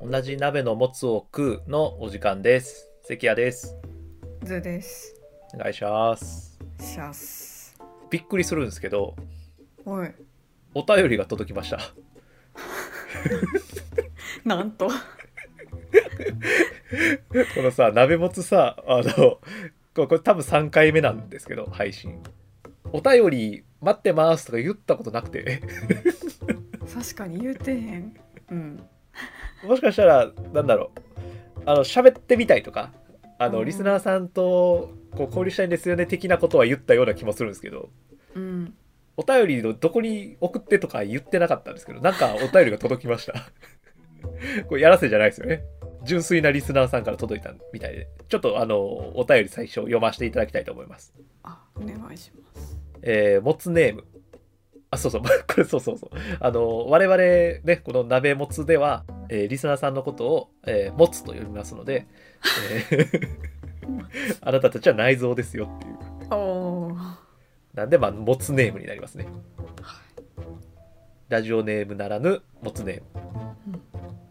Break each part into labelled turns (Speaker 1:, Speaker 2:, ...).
Speaker 1: 同じ鍋のもつを食うのお時間です関谷です
Speaker 2: ズです。
Speaker 1: お願いします
Speaker 2: シャス。
Speaker 1: びっくりするんですけど
Speaker 2: おい。
Speaker 1: お便りが届きました
Speaker 2: なんと。
Speaker 1: このさ鍋もつさあのこれこれ多分3回目なんですけど配信お便り待ってますとか言ったことなくて
Speaker 2: 確かに言うてへん。うん。
Speaker 1: もしかしたらなんだろうあの喋ってみたいとかあ
Speaker 2: う
Speaker 1: の
Speaker 2: ん
Speaker 1: リスナーさんとこう交流したいんですよね的なことは言ったような気もするんですけど
Speaker 2: うん。
Speaker 1: お便りのどこに送ってとか言ってなかったんですけど、なんかお便りが届きました。 これやらせじゃないですよね。純粋なリスナーさんから届いたみたいで、ちょっとあの、お便り最初読ませていただきたいと思います。
Speaker 2: あ、お願いします。
Speaker 1: えー、もつネーム。あ、そう そう、これそうそうそう。あの、我々ね、この鍋もつでは、えーリスナーさんのことを、えー、もつと呼びますので、えー あなたたちは内臓ですよっていう。
Speaker 2: おお。
Speaker 1: なんで、まあ、もつネームになりますね。ラジオネームならぬ、もつネーム。
Speaker 2: うん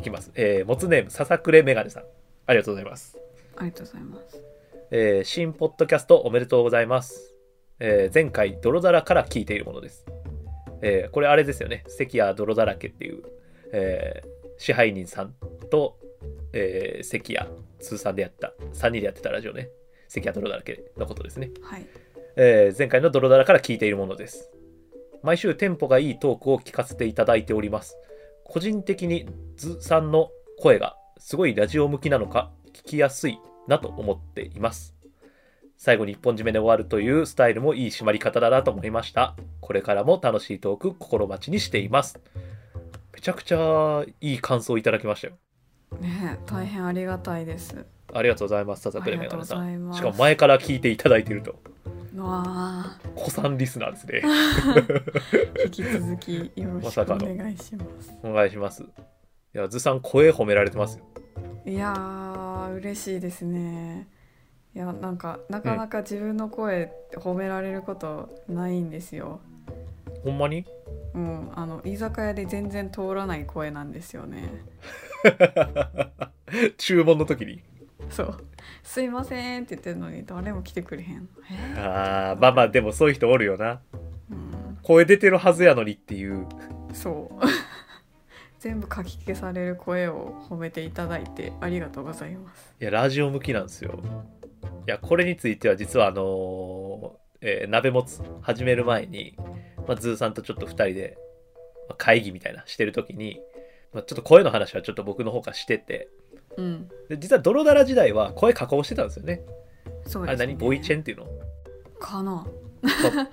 Speaker 1: いきます。えー、もつネーム、ささくれメガネさん。ありがとうございます。
Speaker 2: ありがとうございます。
Speaker 1: えー新ポッドキャストおめでとうございます。えー前回、泥だらから聞いているものです。えーこれあれですよね。関谷泥だらけっていう、えー支配人さんと、えー関谷通算でやった、3人でやってたラジオね。関谷泥だらけのことですね。
Speaker 2: はい。
Speaker 1: えー前回の泥だらから聞いているものです。毎週テンポがいいトークを聞かせていただいております。個人的にズさんの声がすごいラジオ向きなのか聞きやすいなと思っています。最後に一本締めで終わるというスタイルもいい締まり方だなと思いました。これからも楽しいトーク心待ちにしています。めちゃくちゃいい感想をいただきましたよ。
Speaker 2: ねえ、大変ありがたいです。
Speaker 1: ありがとうございます、笹
Speaker 2: あ
Speaker 1: 倉
Speaker 2: り
Speaker 1: メ
Speaker 2: が
Speaker 1: ガ
Speaker 2: とう
Speaker 1: ネさ
Speaker 2: ござ
Speaker 1: ん。
Speaker 2: います。
Speaker 1: しかも前から聞いていただいていると、
Speaker 2: わあ。
Speaker 1: 子さんリスナーですね。
Speaker 2: 引き続きよろ
Speaker 1: ま
Speaker 2: しく
Speaker 1: さ
Speaker 2: お
Speaker 1: かの
Speaker 2: 願いします。
Speaker 1: お願いします。いや、ずさん、声褒められてますよ。
Speaker 2: いやー、嬉しいですね。いや、なんか、なかなか自分の声って褒められることないんですよ。
Speaker 1: ほんまに
Speaker 2: うん、あの居酒屋で全然通らない声なんですよね。
Speaker 1: 注文の時に。
Speaker 2: そう「すいません」って言ってるのに誰も来てくれへん。え
Speaker 1: ああ、まあまあ、でもそういう人おるよな。
Speaker 2: うん、
Speaker 1: 声出てるはずやのにっていう。
Speaker 2: そう 全部かき消される声を褒めていただいてありがとうございます。
Speaker 1: いや、ラジオ向きなんですよ。いや、これについては実は、あのーえー鍋もつ始める前に、まあ、ずーさんとちょっと2人で、まあ会議みたいなしてる時に、まあ、ちょっと声の話はちょっと僕の方からしてて、
Speaker 2: うん、
Speaker 1: で実は泥だら時代は声加工してたんですよね。
Speaker 2: そう
Speaker 1: あ
Speaker 2: で
Speaker 1: れ
Speaker 2: すね。
Speaker 1: 何ボイチェ
Speaker 2: ン
Speaker 1: ンっていうの
Speaker 2: かな。
Speaker 1: まあ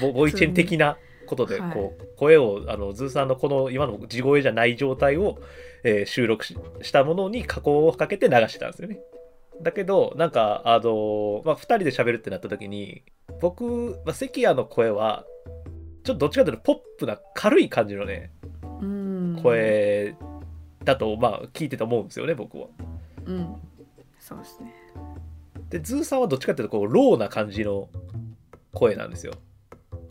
Speaker 1: ボボイチェン的なことで、
Speaker 2: 普通に
Speaker 1: こう声をあのズーさんのこの今の地声じゃない状態を、えー収録ししたものに加工をかけて流してたんですよね。だけどなんかあの、まあ、2人で喋るってなった時に僕、まあ、関谷の声はちょっとどっちかというとポップな軽い感じのね
Speaker 2: うん、、
Speaker 1: 声だと、まあ聞いてて思うんですよね僕は。
Speaker 2: うん、そうですね。
Speaker 1: でズーさんはどっちかっていうとこうローな感じの声なんですよ。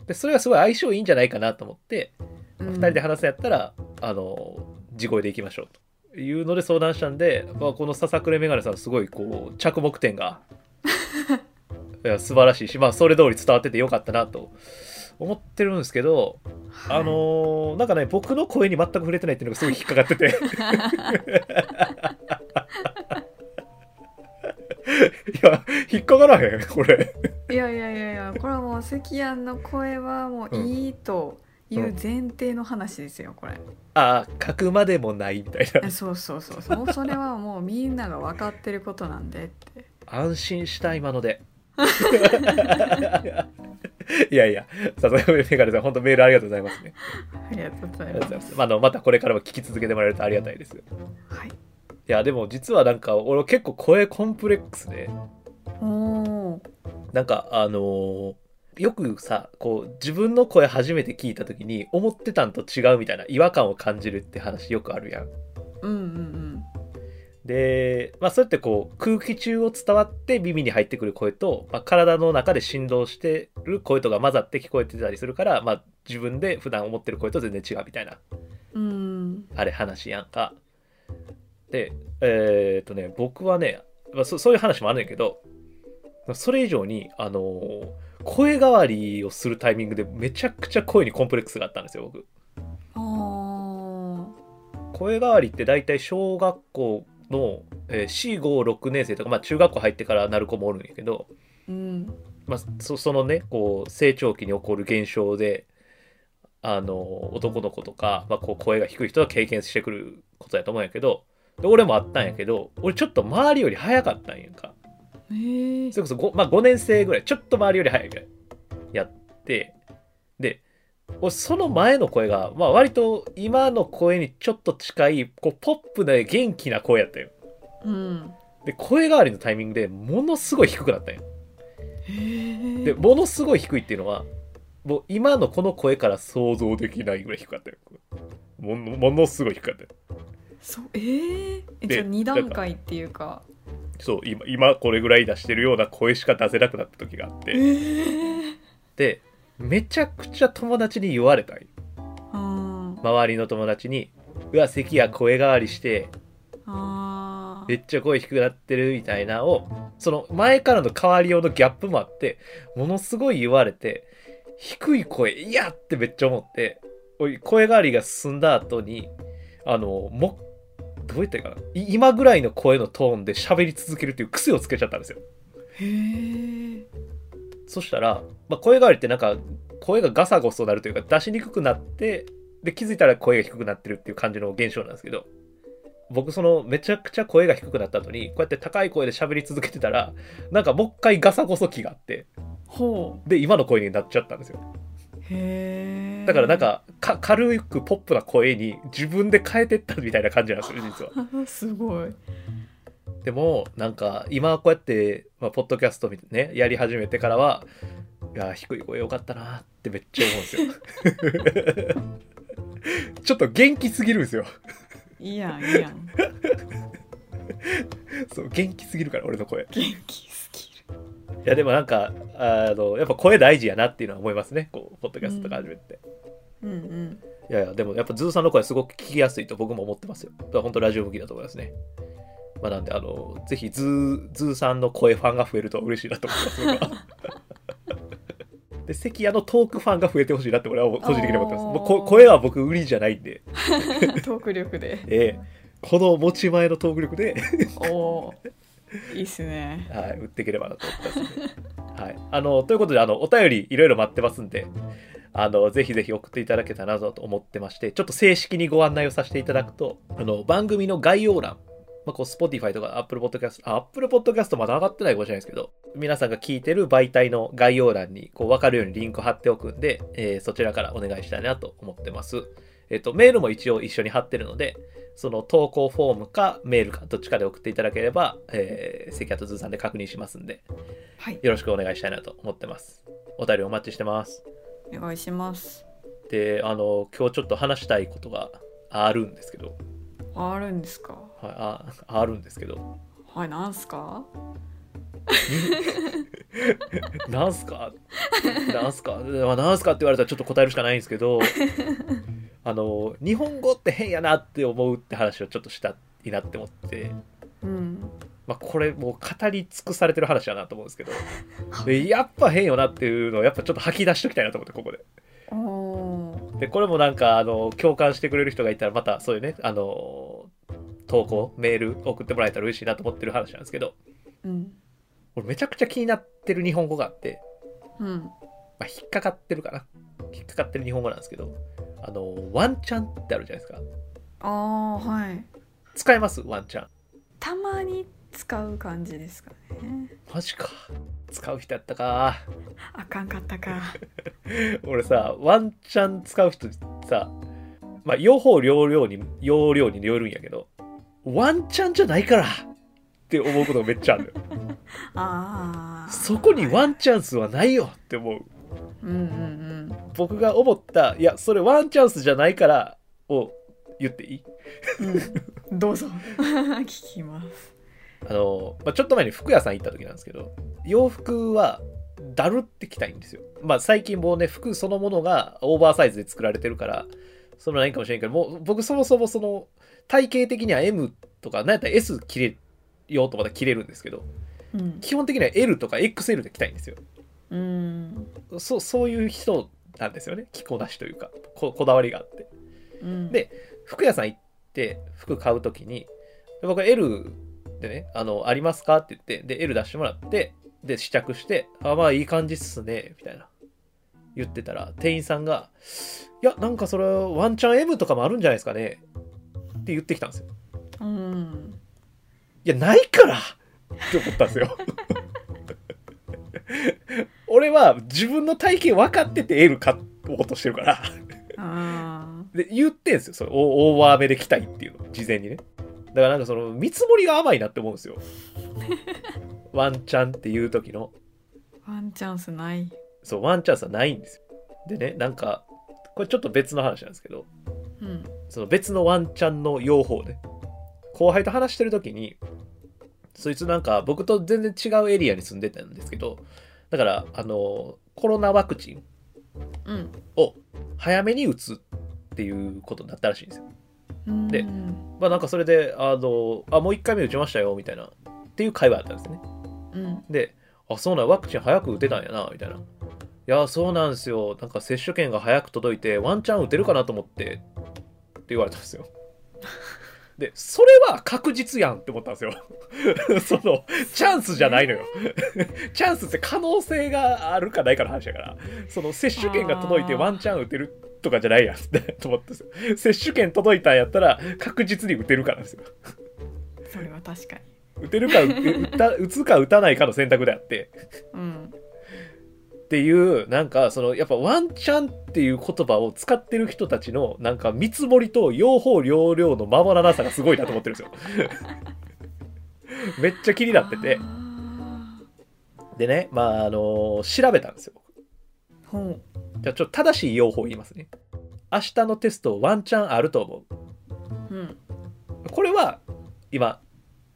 Speaker 1: でそれはすごい相性いいんじゃないかなと思って
Speaker 2: 二
Speaker 1: 2人で話すんやったら、あの地声でいきましょうというので相談したんで、まあ、この笹倉メガネさんすごいこう着目点がいや素晴らしいし、まあ、それ通り伝わっててよかったなと思ってるんですけど、あのーなんかね僕の声に全く触れてないっていうのがすごい引っかかってていや引っかからへんこれ
Speaker 2: いやいやいやいやこれはもう関谷の声はもういいという前提の話ですよこれ。
Speaker 1: ああ書くまでもないみたいな
Speaker 2: えそうそうそうそうもうそれはもうみんなが分かってることなんでって
Speaker 1: 安心した今ので いやいやさすがメガネさん本当メールありがとうございますね
Speaker 2: ありがとうござ
Speaker 1: あ
Speaker 2: い
Speaker 1: りがとうござい
Speaker 2: ま
Speaker 1: ますす、まあ、あのまたこれからも聞き続けてもらえるとありがたいですい
Speaker 2: はい
Speaker 1: やでも実はなんか俺結構声コンプレックスで
Speaker 2: おお
Speaker 1: なんかあのーよくさこう自分の声初めて聞いた時に思ってたんと違うみたいな違和感を感じるって話よくあるやん
Speaker 2: うんうん
Speaker 1: で、まあ、それってこう空気中を伝わって耳に入ってくる声と、まあ、体の中で振動してる声とか混ざって聞こえてたりするから、まあ、自分で普段思ってる声と全然違うみたいな
Speaker 2: うんうん
Speaker 1: あれ話やんか。で、えーっとね、僕はね、まあ、そそういう話もあるんやけど、それ以上に、あのー声変わりをするタイミングでめちゃくちゃ声にコンプレックスがあったんですよ、僕。
Speaker 2: あー
Speaker 1: 声変わりって大体小学校の、えー、456年生とか、まあ、中学校入ってからなる子もおるんやけど、
Speaker 2: うん
Speaker 1: まあ、そそのねこう成長期に起こる現象であの男の子とか、まあ、こう声が低い人は経験してくることやと思うんやけどで俺もあったんやけど俺ちょっと周りより早かったんやんか
Speaker 2: えー
Speaker 1: それこそ 5,、まあ、5年生ぐらいちょっと周りより早いぐらいやってで俺その前の声が、まあ、割と今の声にちょっと近いこうポップで元気な声やったよ
Speaker 2: うん
Speaker 1: で声変わりのタイミングでものすごい低くなったんよ
Speaker 2: えー
Speaker 1: でものすごい低いっていうのはもう今のこの声から想像できないぐらい低かったよものものすごい低かったよ
Speaker 2: そうえーえ
Speaker 1: で
Speaker 2: じゃあ2段階っていうか
Speaker 1: そう今今これぐらい出してるような声しか出せなくなった時があっ
Speaker 2: え
Speaker 1: て
Speaker 2: ー
Speaker 1: でめちゃくちゃ友達に言われたんよ
Speaker 2: あー
Speaker 1: 周りの友達に「うわ関谷声変わりして
Speaker 2: あ
Speaker 1: めっちゃ声低くなってる」みたいなのをその前からの変わりようのギャップもあってものすごい言われて低い声いやってめっちゃ思っておい声変わりが進んだ後にあのもどう言ったらいいかない今ぐらいの声のトーンで喋り続けるっていう癖をつけちゃったんですよ
Speaker 2: へえ
Speaker 1: そしたら、まあ、声変わりってなんか声がガサゴソなるというか出しにくくなってで気づいたら声が低くなってるっていう感じの現象なんですけど僕そのめちゃくちゃ声が低くなった後にこうやって高い声で喋り続けてたらなんかもう一回ガサゴソ気があって
Speaker 2: ほ
Speaker 1: で今の声になっちゃったんですよ
Speaker 2: うへえ
Speaker 1: だからなんかか軽くポップな声に自分で変えてったみたいな感じなんですよ実は
Speaker 2: すごい
Speaker 1: でもなんか今こうやって、まあ、ポッドキャストみねやり始めてからはいやー低い声よかったなーってめっちゃ思うんですよちょっと元気すぎるんですよ
Speaker 2: いいやんいいやん
Speaker 1: そう元気すぎるから俺の声い
Speaker 2: 元気すぎる
Speaker 1: やでもなんかあのやっぱ声大事やなっていうのは思いますねこうポッドキャストとか始めて、
Speaker 2: うん
Speaker 1: いやいやでもやっぱズーさんの声すごく聞きやすいと僕も思ってますよだから本当ラジオ向きだと思いますねまあなんであのぜひズーズーさんの声ファンが増えると嬉しいなと思います僕は で関谷のトークファンが増えてほしいなって俺は個人的に思ってます
Speaker 2: おー
Speaker 1: もうこ声は僕売りじゃないんで、
Speaker 2: うんトーク力で
Speaker 1: ええこの持ち前のトーク力で、
Speaker 2: おおいいっすね
Speaker 1: はい、売っていければなと思ってますんではい、あのということであのお便りいろいろ待ってますんであのぜひぜひ送っていただけたらなと思ってましてちょっと正式にご案内をさせていただくとあの番組の概要欄まあ、こう Spotify とか Apple Podcast、あ Apple Podcast まだ上がってないかもしれないですけど、皆さんが聞いてる媒体の概要欄にこう分かるようにリンク貼っておくんで、えーそちらからお願いしたいなと思ってます。えっ、と、メールも一応一緒に貼ってるので、その投稿フォームかメールかどっちかで送っていただければ、えー、関谷とズーさんで確認しますんで、
Speaker 2: はい
Speaker 1: よろしくお願いしたいなと思ってます。お便りお待ちしてます。
Speaker 2: お願いします
Speaker 1: で、あの、今日ちょっと話したいことがあるんですけど、
Speaker 2: あるんですか
Speaker 1: はい、ああるんですけど、
Speaker 2: はいなんすか
Speaker 1: なんすかなんすかまあなんすかって言われたらちょっと答えるしかないんですけど、あの、日本語って変やなって思うって話をちょっとしたいなって思って、
Speaker 2: うん
Speaker 1: まあ、これもう語り尽くされてる話だなと思うんですけどでやっぱ変よなっていうのをやっぱちょっと吐き出しときたいなと思ってここで
Speaker 2: おお
Speaker 1: でこれもなんかあの共感してくれる人がいたらまたそういうねあの投稿メール送ってもらえたら嬉しいなと思ってる話なんですけど
Speaker 2: うん
Speaker 1: 俺めちゃくちゃ気になってる日本語があって、
Speaker 2: うん
Speaker 1: まあ、引っかかってるかな引っかかってる日本語なんですけどあのワンチャンってあるじゃないですか
Speaker 2: ああはい
Speaker 1: 使えますワンチャン
Speaker 2: たまに使う感じですかね
Speaker 1: マジか使う人やったか
Speaker 2: あかんかったか
Speaker 1: 俺さワンチャン使う人さまあ用法量量に容量によるんやけどワンチャンじゃないからって思うことがめっちゃあるのよ
Speaker 2: ああ
Speaker 1: そこにワンチャンスはないよって思う
Speaker 2: うんうん
Speaker 1: 僕が思ったいやそれワンチャンスじゃないからを言っていい
Speaker 2: うん うんどうぞ 聞きます
Speaker 1: あの、まあ、ちょっと前に服屋さん行った時なんですけど洋服はだるってきたいんですよまあ最近もうね服そのものがオーバーサイズで作られてるからそのないかもしれんけどもう僕そもそもその体型的には M とか、なんやったら S 切れるよとまた切れるんですけど、
Speaker 2: うん
Speaker 1: 基本的には L とか XL で着たいんですよ。
Speaker 2: うん
Speaker 1: そう、そういう人なんですよね。着こなしというか、ここだわりがあって。
Speaker 2: うん
Speaker 1: で服屋さん行って服買うときに僕 L でね「あのありますか?」って言ってで L 出してもらってで試着して「あまあいい感じっすね」みたいな言ってたら店員さんが「いやなんかそれワンチャン M とかもあるんじゃないですかね」って言ってきたんですよ。
Speaker 2: うん
Speaker 1: いやないからって思ったんですよ。 俺は自分の体型分かってて L 買おうとしてるから
Speaker 2: あ
Speaker 1: で言ってんすよそれおオーバー目で来たいっていうの事前にねだからなんかその見積もりが甘いなって思うんですよワンチャンっていう時の
Speaker 2: あワンチャンスない
Speaker 1: そうワンチャンスはないんですよでねなんかこれちょっと別の話なんですけど
Speaker 2: うん
Speaker 1: その別のワンチャンの用法で後輩と話してる時にそいつなんか僕と全然違うエリアに住んでたんですけどだからあのコロナワクチン
Speaker 2: うん
Speaker 1: を早めに打つっていうことになったらしいんですよ
Speaker 2: うん
Speaker 1: でまあなんかそれで、あの、あ、もう1回目打ちましたよ、みたいな、っていう会話だったんですね。
Speaker 2: うん
Speaker 1: で、あ、そうなん、ワクチン早く打てたんやな、みたいな。いや、そうなんですよ。なんか接種券が早く届いて、ワンチャン打てるかなと思って、って言われたんですよ。で、それは確実やんって思ったんですよ。 その、チャンスじゃないのよ。 チャンスって可能性があるかないかの話だから、その接種券が届いて
Speaker 2: あー
Speaker 1: ワンチャン打てるとかじゃないやんってと思ったんですよ。接種券届いたんやったら、確実に打てるからですよ。
Speaker 2: それは確かに
Speaker 1: 打てるか、う打った打つか打たないかの選択であって、
Speaker 2: うん
Speaker 1: っていうなんかそのやっぱワンチャンっていう言葉を使ってる人たちのなんか見積もりと用法用量の守らなさがすごいなと思ってるんですよ めっちゃ気になってて
Speaker 2: あ
Speaker 1: でねまああの調べたんですよ
Speaker 2: ーほ
Speaker 1: じゃあちょっと正しい用法言いますね明日のテストワンチャンあると思
Speaker 2: ううん
Speaker 1: うこれは今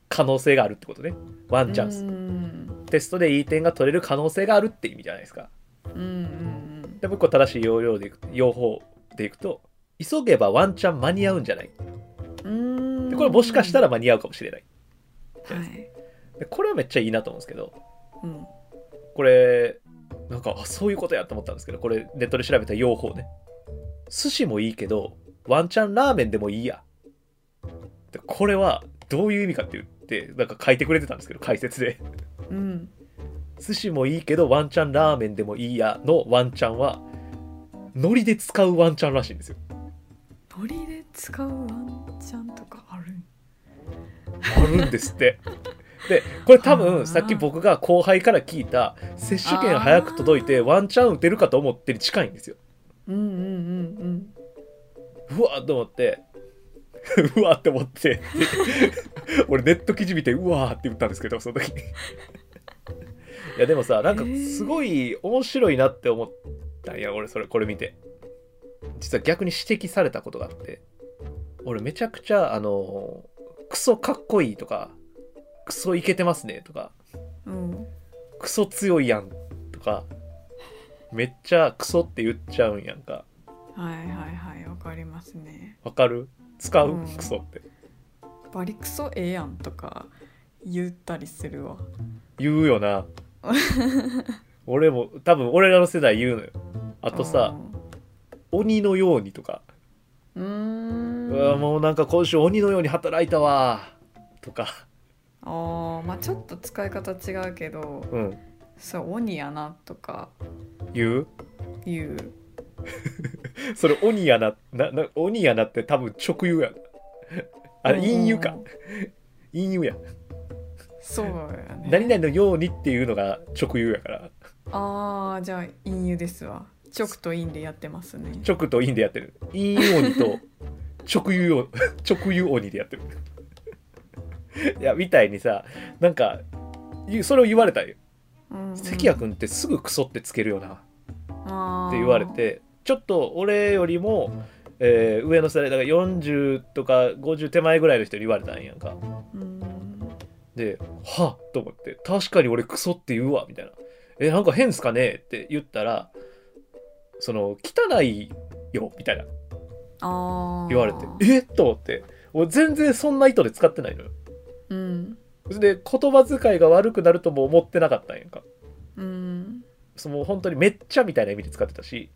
Speaker 1: 可能性があるってことねワンチャン
Speaker 2: う
Speaker 1: ス
Speaker 2: ん
Speaker 1: テストでいい点が取れる可能性があるって意味じゃないですか
Speaker 2: うんうん
Speaker 1: でもう一個正しい要領でいく用法でいくと急げばワンチャン間に合うんじゃない
Speaker 2: うん
Speaker 1: でこれもしかしたら間に合うかもしれない
Speaker 2: はい
Speaker 1: でこれはめっちゃいいなと思うんですけど
Speaker 2: うん
Speaker 1: これなんかあそういうことやと思ったんですけどこれネットで調べた用法ね寿司もいいけどワンチャンラーメンでもいいやでこれはどういう意味かって言ってなんか書いてくれてたんですけど解説で
Speaker 2: うん
Speaker 1: 寿司もいいけどワンチャンラーメンでもいいやのワンチャンはノリで使うワンチャンらしいんですよ
Speaker 2: ノリで使うワンチャンとかある
Speaker 1: あるんですって。でこれ多分さっき僕が後輩から聞いた接種券早く届いてワンチャン打てるかと思ってる近いんですよ。
Speaker 2: うんうんうん
Speaker 1: うわーと思って うわーって思って 俺ネット記事見てうわーって言ったんですけどその時に。いやでもさなんかすごい面白いなって思ったんや俺それこれ見て実は逆に指摘されたことがあって俺めちゃくちゃあのクソかっこいいとかクソイケてますねとか
Speaker 2: うんうん
Speaker 1: クソ強いやんとかめっちゃクソって言っちゃうんやんか
Speaker 2: はいはいはいわかりますね
Speaker 1: わかる使う、
Speaker 2: うん
Speaker 1: クソって
Speaker 2: バリクソええやんとか言ったりするわ
Speaker 1: 言うよな俺も多分俺らの世代言うのよあ
Speaker 2: あ
Speaker 1: とさ「鬼のように」とか
Speaker 2: うー
Speaker 1: 「
Speaker 2: ん
Speaker 1: うわもうなんか今週鬼のように働いたわ」とか
Speaker 2: あーまあちょっと使い方違うけど
Speaker 1: うん
Speaker 2: そう鬼やなとか
Speaker 1: 言う
Speaker 2: 言う
Speaker 1: それ鬼やななな鬼やなって多分直言うやんあれ陰
Speaker 2: 遊
Speaker 1: 誘か陰誘やん
Speaker 2: そうやね
Speaker 1: 何々のようにっていうのが直言うやから
Speaker 2: ああじゃあ陰湯ですわ直と陰でやってますね
Speaker 1: 直と陰でやってる陰陽鬼と直遊鬼 直遊鬼でやってるいやみたいにさなんかゆそれを言われたよ、
Speaker 2: うんうん
Speaker 1: 関谷君ってすぐクソってつけるよなって
Speaker 2: あー
Speaker 1: 言われてちょっと俺よりも、えー上の世代だから40とか50手前ぐらいの人に言われたんやんか
Speaker 2: うん
Speaker 1: ではっと思って確かに俺クソって言うわみたいなえなんか変っすかねって言ったらその汚いよみたいな
Speaker 2: あー
Speaker 1: 言われてえっと思って俺全然そんな意図で使ってないのよ
Speaker 2: うん
Speaker 1: で言葉遣いが悪くなるとも思ってなかったんやんか
Speaker 2: うん
Speaker 1: その本当にめっちゃみたいな意味で使ってたし、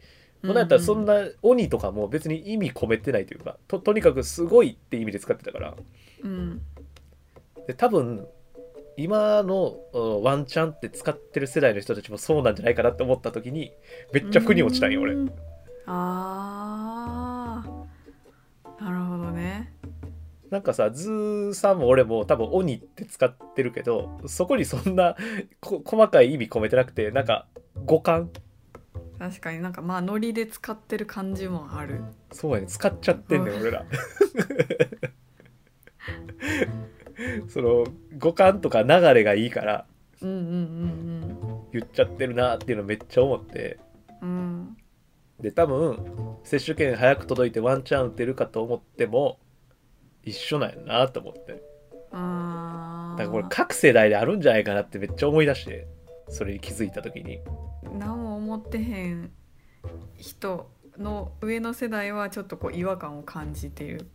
Speaker 1: もうなんやったらそんな鬼とかも別に意味込めてないというかととにかくすごいって意味で使ってたから
Speaker 2: うん
Speaker 1: で多分今のうんワンチャンって使ってる世代の人たちもそうなんじゃないかなって思った時にめっちゃ服に落ちたんよ俺
Speaker 2: うんあーなるほどね
Speaker 1: なんかさズーさんも俺も多分鬼って使ってるけどそこにそんなこ細かい意味込めてなくてなんか五感
Speaker 2: 確かになんかまあノリで使ってる感じもある
Speaker 1: そうやね使っちゃってんねん俺ら その五感とか流れがいいから
Speaker 2: うんうん
Speaker 1: 言っちゃってるなっていうのめっちゃ思って
Speaker 2: うんうん
Speaker 1: で多分接種券早く届いてワンチャン打てるかと思っても一緒なんやなと思って
Speaker 2: うんあ
Speaker 1: だからこれ
Speaker 2: ー
Speaker 1: 各世代であるんじゃないかなってめっちゃ思い出してそれに気づいた時に
Speaker 2: 何も思ってへん人の上の世代はちょっとこう違和感を感じてる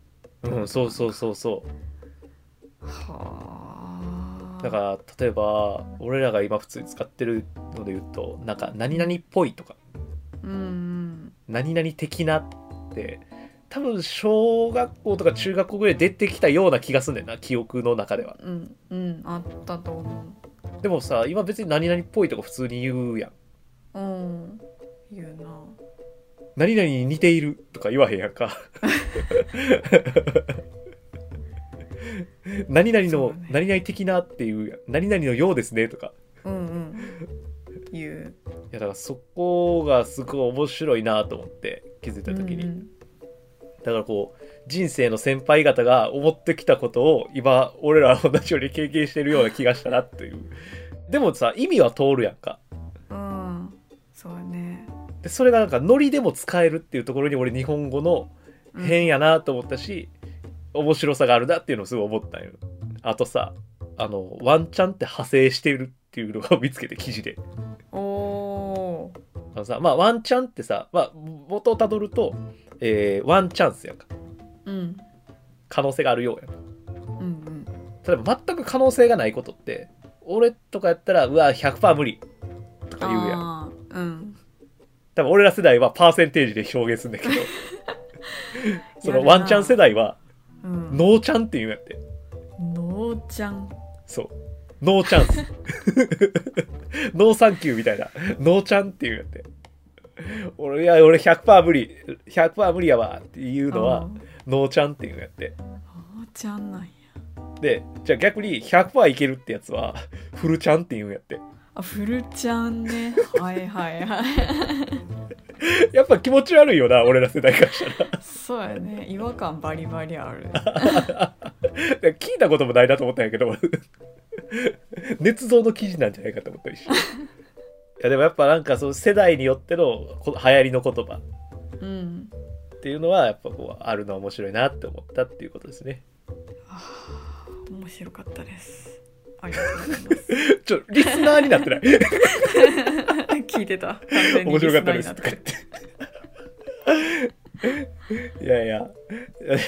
Speaker 1: うんそうそうそうそう
Speaker 2: はあ
Speaker 1: だから例えば俺らが今普通に使ってるので言うとなんか何々っぽいとか
Speaker 2: うんうん
Speaker 1: 何々的なって多分小学校とか中学校ぐらい出てきたような気がすんねんな記憶の中では
Speaker 2: うんうんあったと思
Speaker 1: でもさ今別に何々っぽいとか普通に言うやん
Speaker 2: ううん言うな
Speaker 1: 何々に似ているとか言わへんやん か何々
Speaker 2: そ
Speaker 1: の、
Speaker 2: うね
Speaker 1: 何々的なっていうやん何々のようですねとか
Speaker 2: うんうん言う
Speaker 1: いやだからそこがすごい面白いなと思って気づいた時に、
Speaker 2: うんうん
Speaker 1: だからこう人生の先輩方が思ってきたことを今俺ら同じように経験してるような気がしたなっていうでもさ意味は通るやんか
Speaker 2: うん、そうね。
Speaker 1: でそれがなんかノリでも使えるっていうところに俺日本語の
Speaker 2: うん
Speaker 1: 変やなと思ったし、面白さがあるなっていうのをすごい思ったんよあとさあのワンチャンって派生してるっていうのを見つけて記事で
Speaker 2: おー
Speaker 1: あのさまあワンチャンってさ、まあ、元をたどると、えーワンチャンスやんか
Speaker 2: うん、
Speaker 1: 可能性があるようやん
Speaker 2: うんうん
Speaker 1: 例えば全く可能性がないことって俺とかやったらうわ100%無理とか言うやん
Speaker 2: あーうん
Speaker 1: 多分俺ら世代はパーセンテージで表現するんだ けどそ
Speaker 2: やる
Speaker 1: の
Speaker 2: な
Speaker 1: ワンチャン世代は
Speaker 2: うん
Speaker 1: ノーチャンって言うんやって
Speaker 2: のーちゃん
Speaker 1: そう。ノーチャンス。 ノーサンキューみたいな。ノーチャンっていうんやって。俺、いや、俺100%無理。100%無理やわっていうのは、ノーチャンっていうんやって。
Speaker 2: のーちゃんなんや
Speaker 1: で、じゃあ逆に100%いけるってやつは、フルチャンっていうんやって。
Speaker 2: あフルちゃんねはいはいはい
Speaker 1: やっぱ気持ち悪いよな、俺ら世代からしたら。
Speaker 2: そうやね違和感バリバリある
Speaker 1: 聞いたこともないなと思ったんやけど捏造の記事なんじゃないかと思ったりしていやでもやっぱなんかその世代によってのこ流行りの言葉
Speaker 2: うん
Speaker 1: っていうのはやっぱこうあるのは面白いなって思ったっていうことですね
Speaker 2: 面白かったですありがとうございます
Speaker 1: ちょリスナーになってない
Speaker 2: 聞いてた完全 に
Speaker 1: 面白かったで
Speaker 2: リス
Speaker 1: す
Speaker 2: ナー
Speaker 1: と
Speaker 2: に
Speaker 1: か
Speaker 2: な
Speaker 1: 言
Speaker 2: て
Speaker 1: っ
Speaker 2: る
Speaker 1: て いやいやいや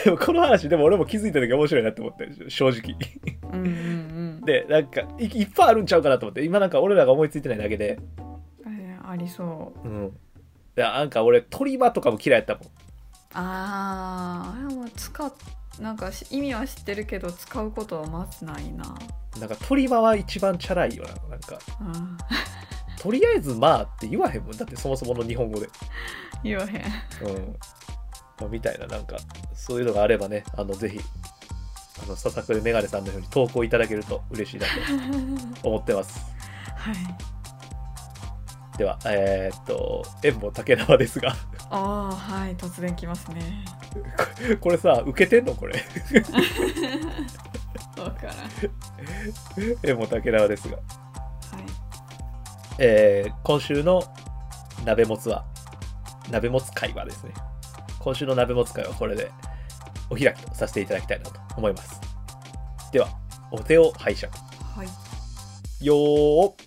Speaker 1: でもこの話でも俺も気づいた時面白いなって思ったんですよ正直
Speaker 2: うんうん
Speaker 1: でなんかいいっぱいあるんちゃうかなと思って今なんか俺らが思いついてないだけで
Speaker 2: うんえーありそう
Speaker 1: うんいやなんか俺鳥羽とかも嫌いやったもん
Speaker 2: あーあれも使っなんかし意味は知ってるけど使うことはまずないな
Speaker 1: なんか鳥羽は一番チャラいよな。なんか、
Speaker 2: うん
Speaker 1: とりあえずまあって言わへんもん。だってそもそもの日本語で。
Speaker 2: 言わへん
Speaker 1: うん。まあみたいな、なんか、そういうのがあればね、あの、ぜひ、あの、ささくれメガネさんのように投稿いただけると嬉しいなと思ってます。
Speaker 2: はい
Speaker 1: では、えーっと、縁も竹縄ですが、
Speaker 2: ああはい突然来ますね
Speaker 1: これさ、受けてんのこれ。
Speaker 2: そうからんは
Speaker 1: 縁も竹縄ですが。えー今週の鍋もつは、鍋もつ会話ですね。今週の鍋もつ会はこれでお開きとさせていただきたいなと思います。では、お手を拝借。
Speaker 2: いはい
Speaker 1: よーっ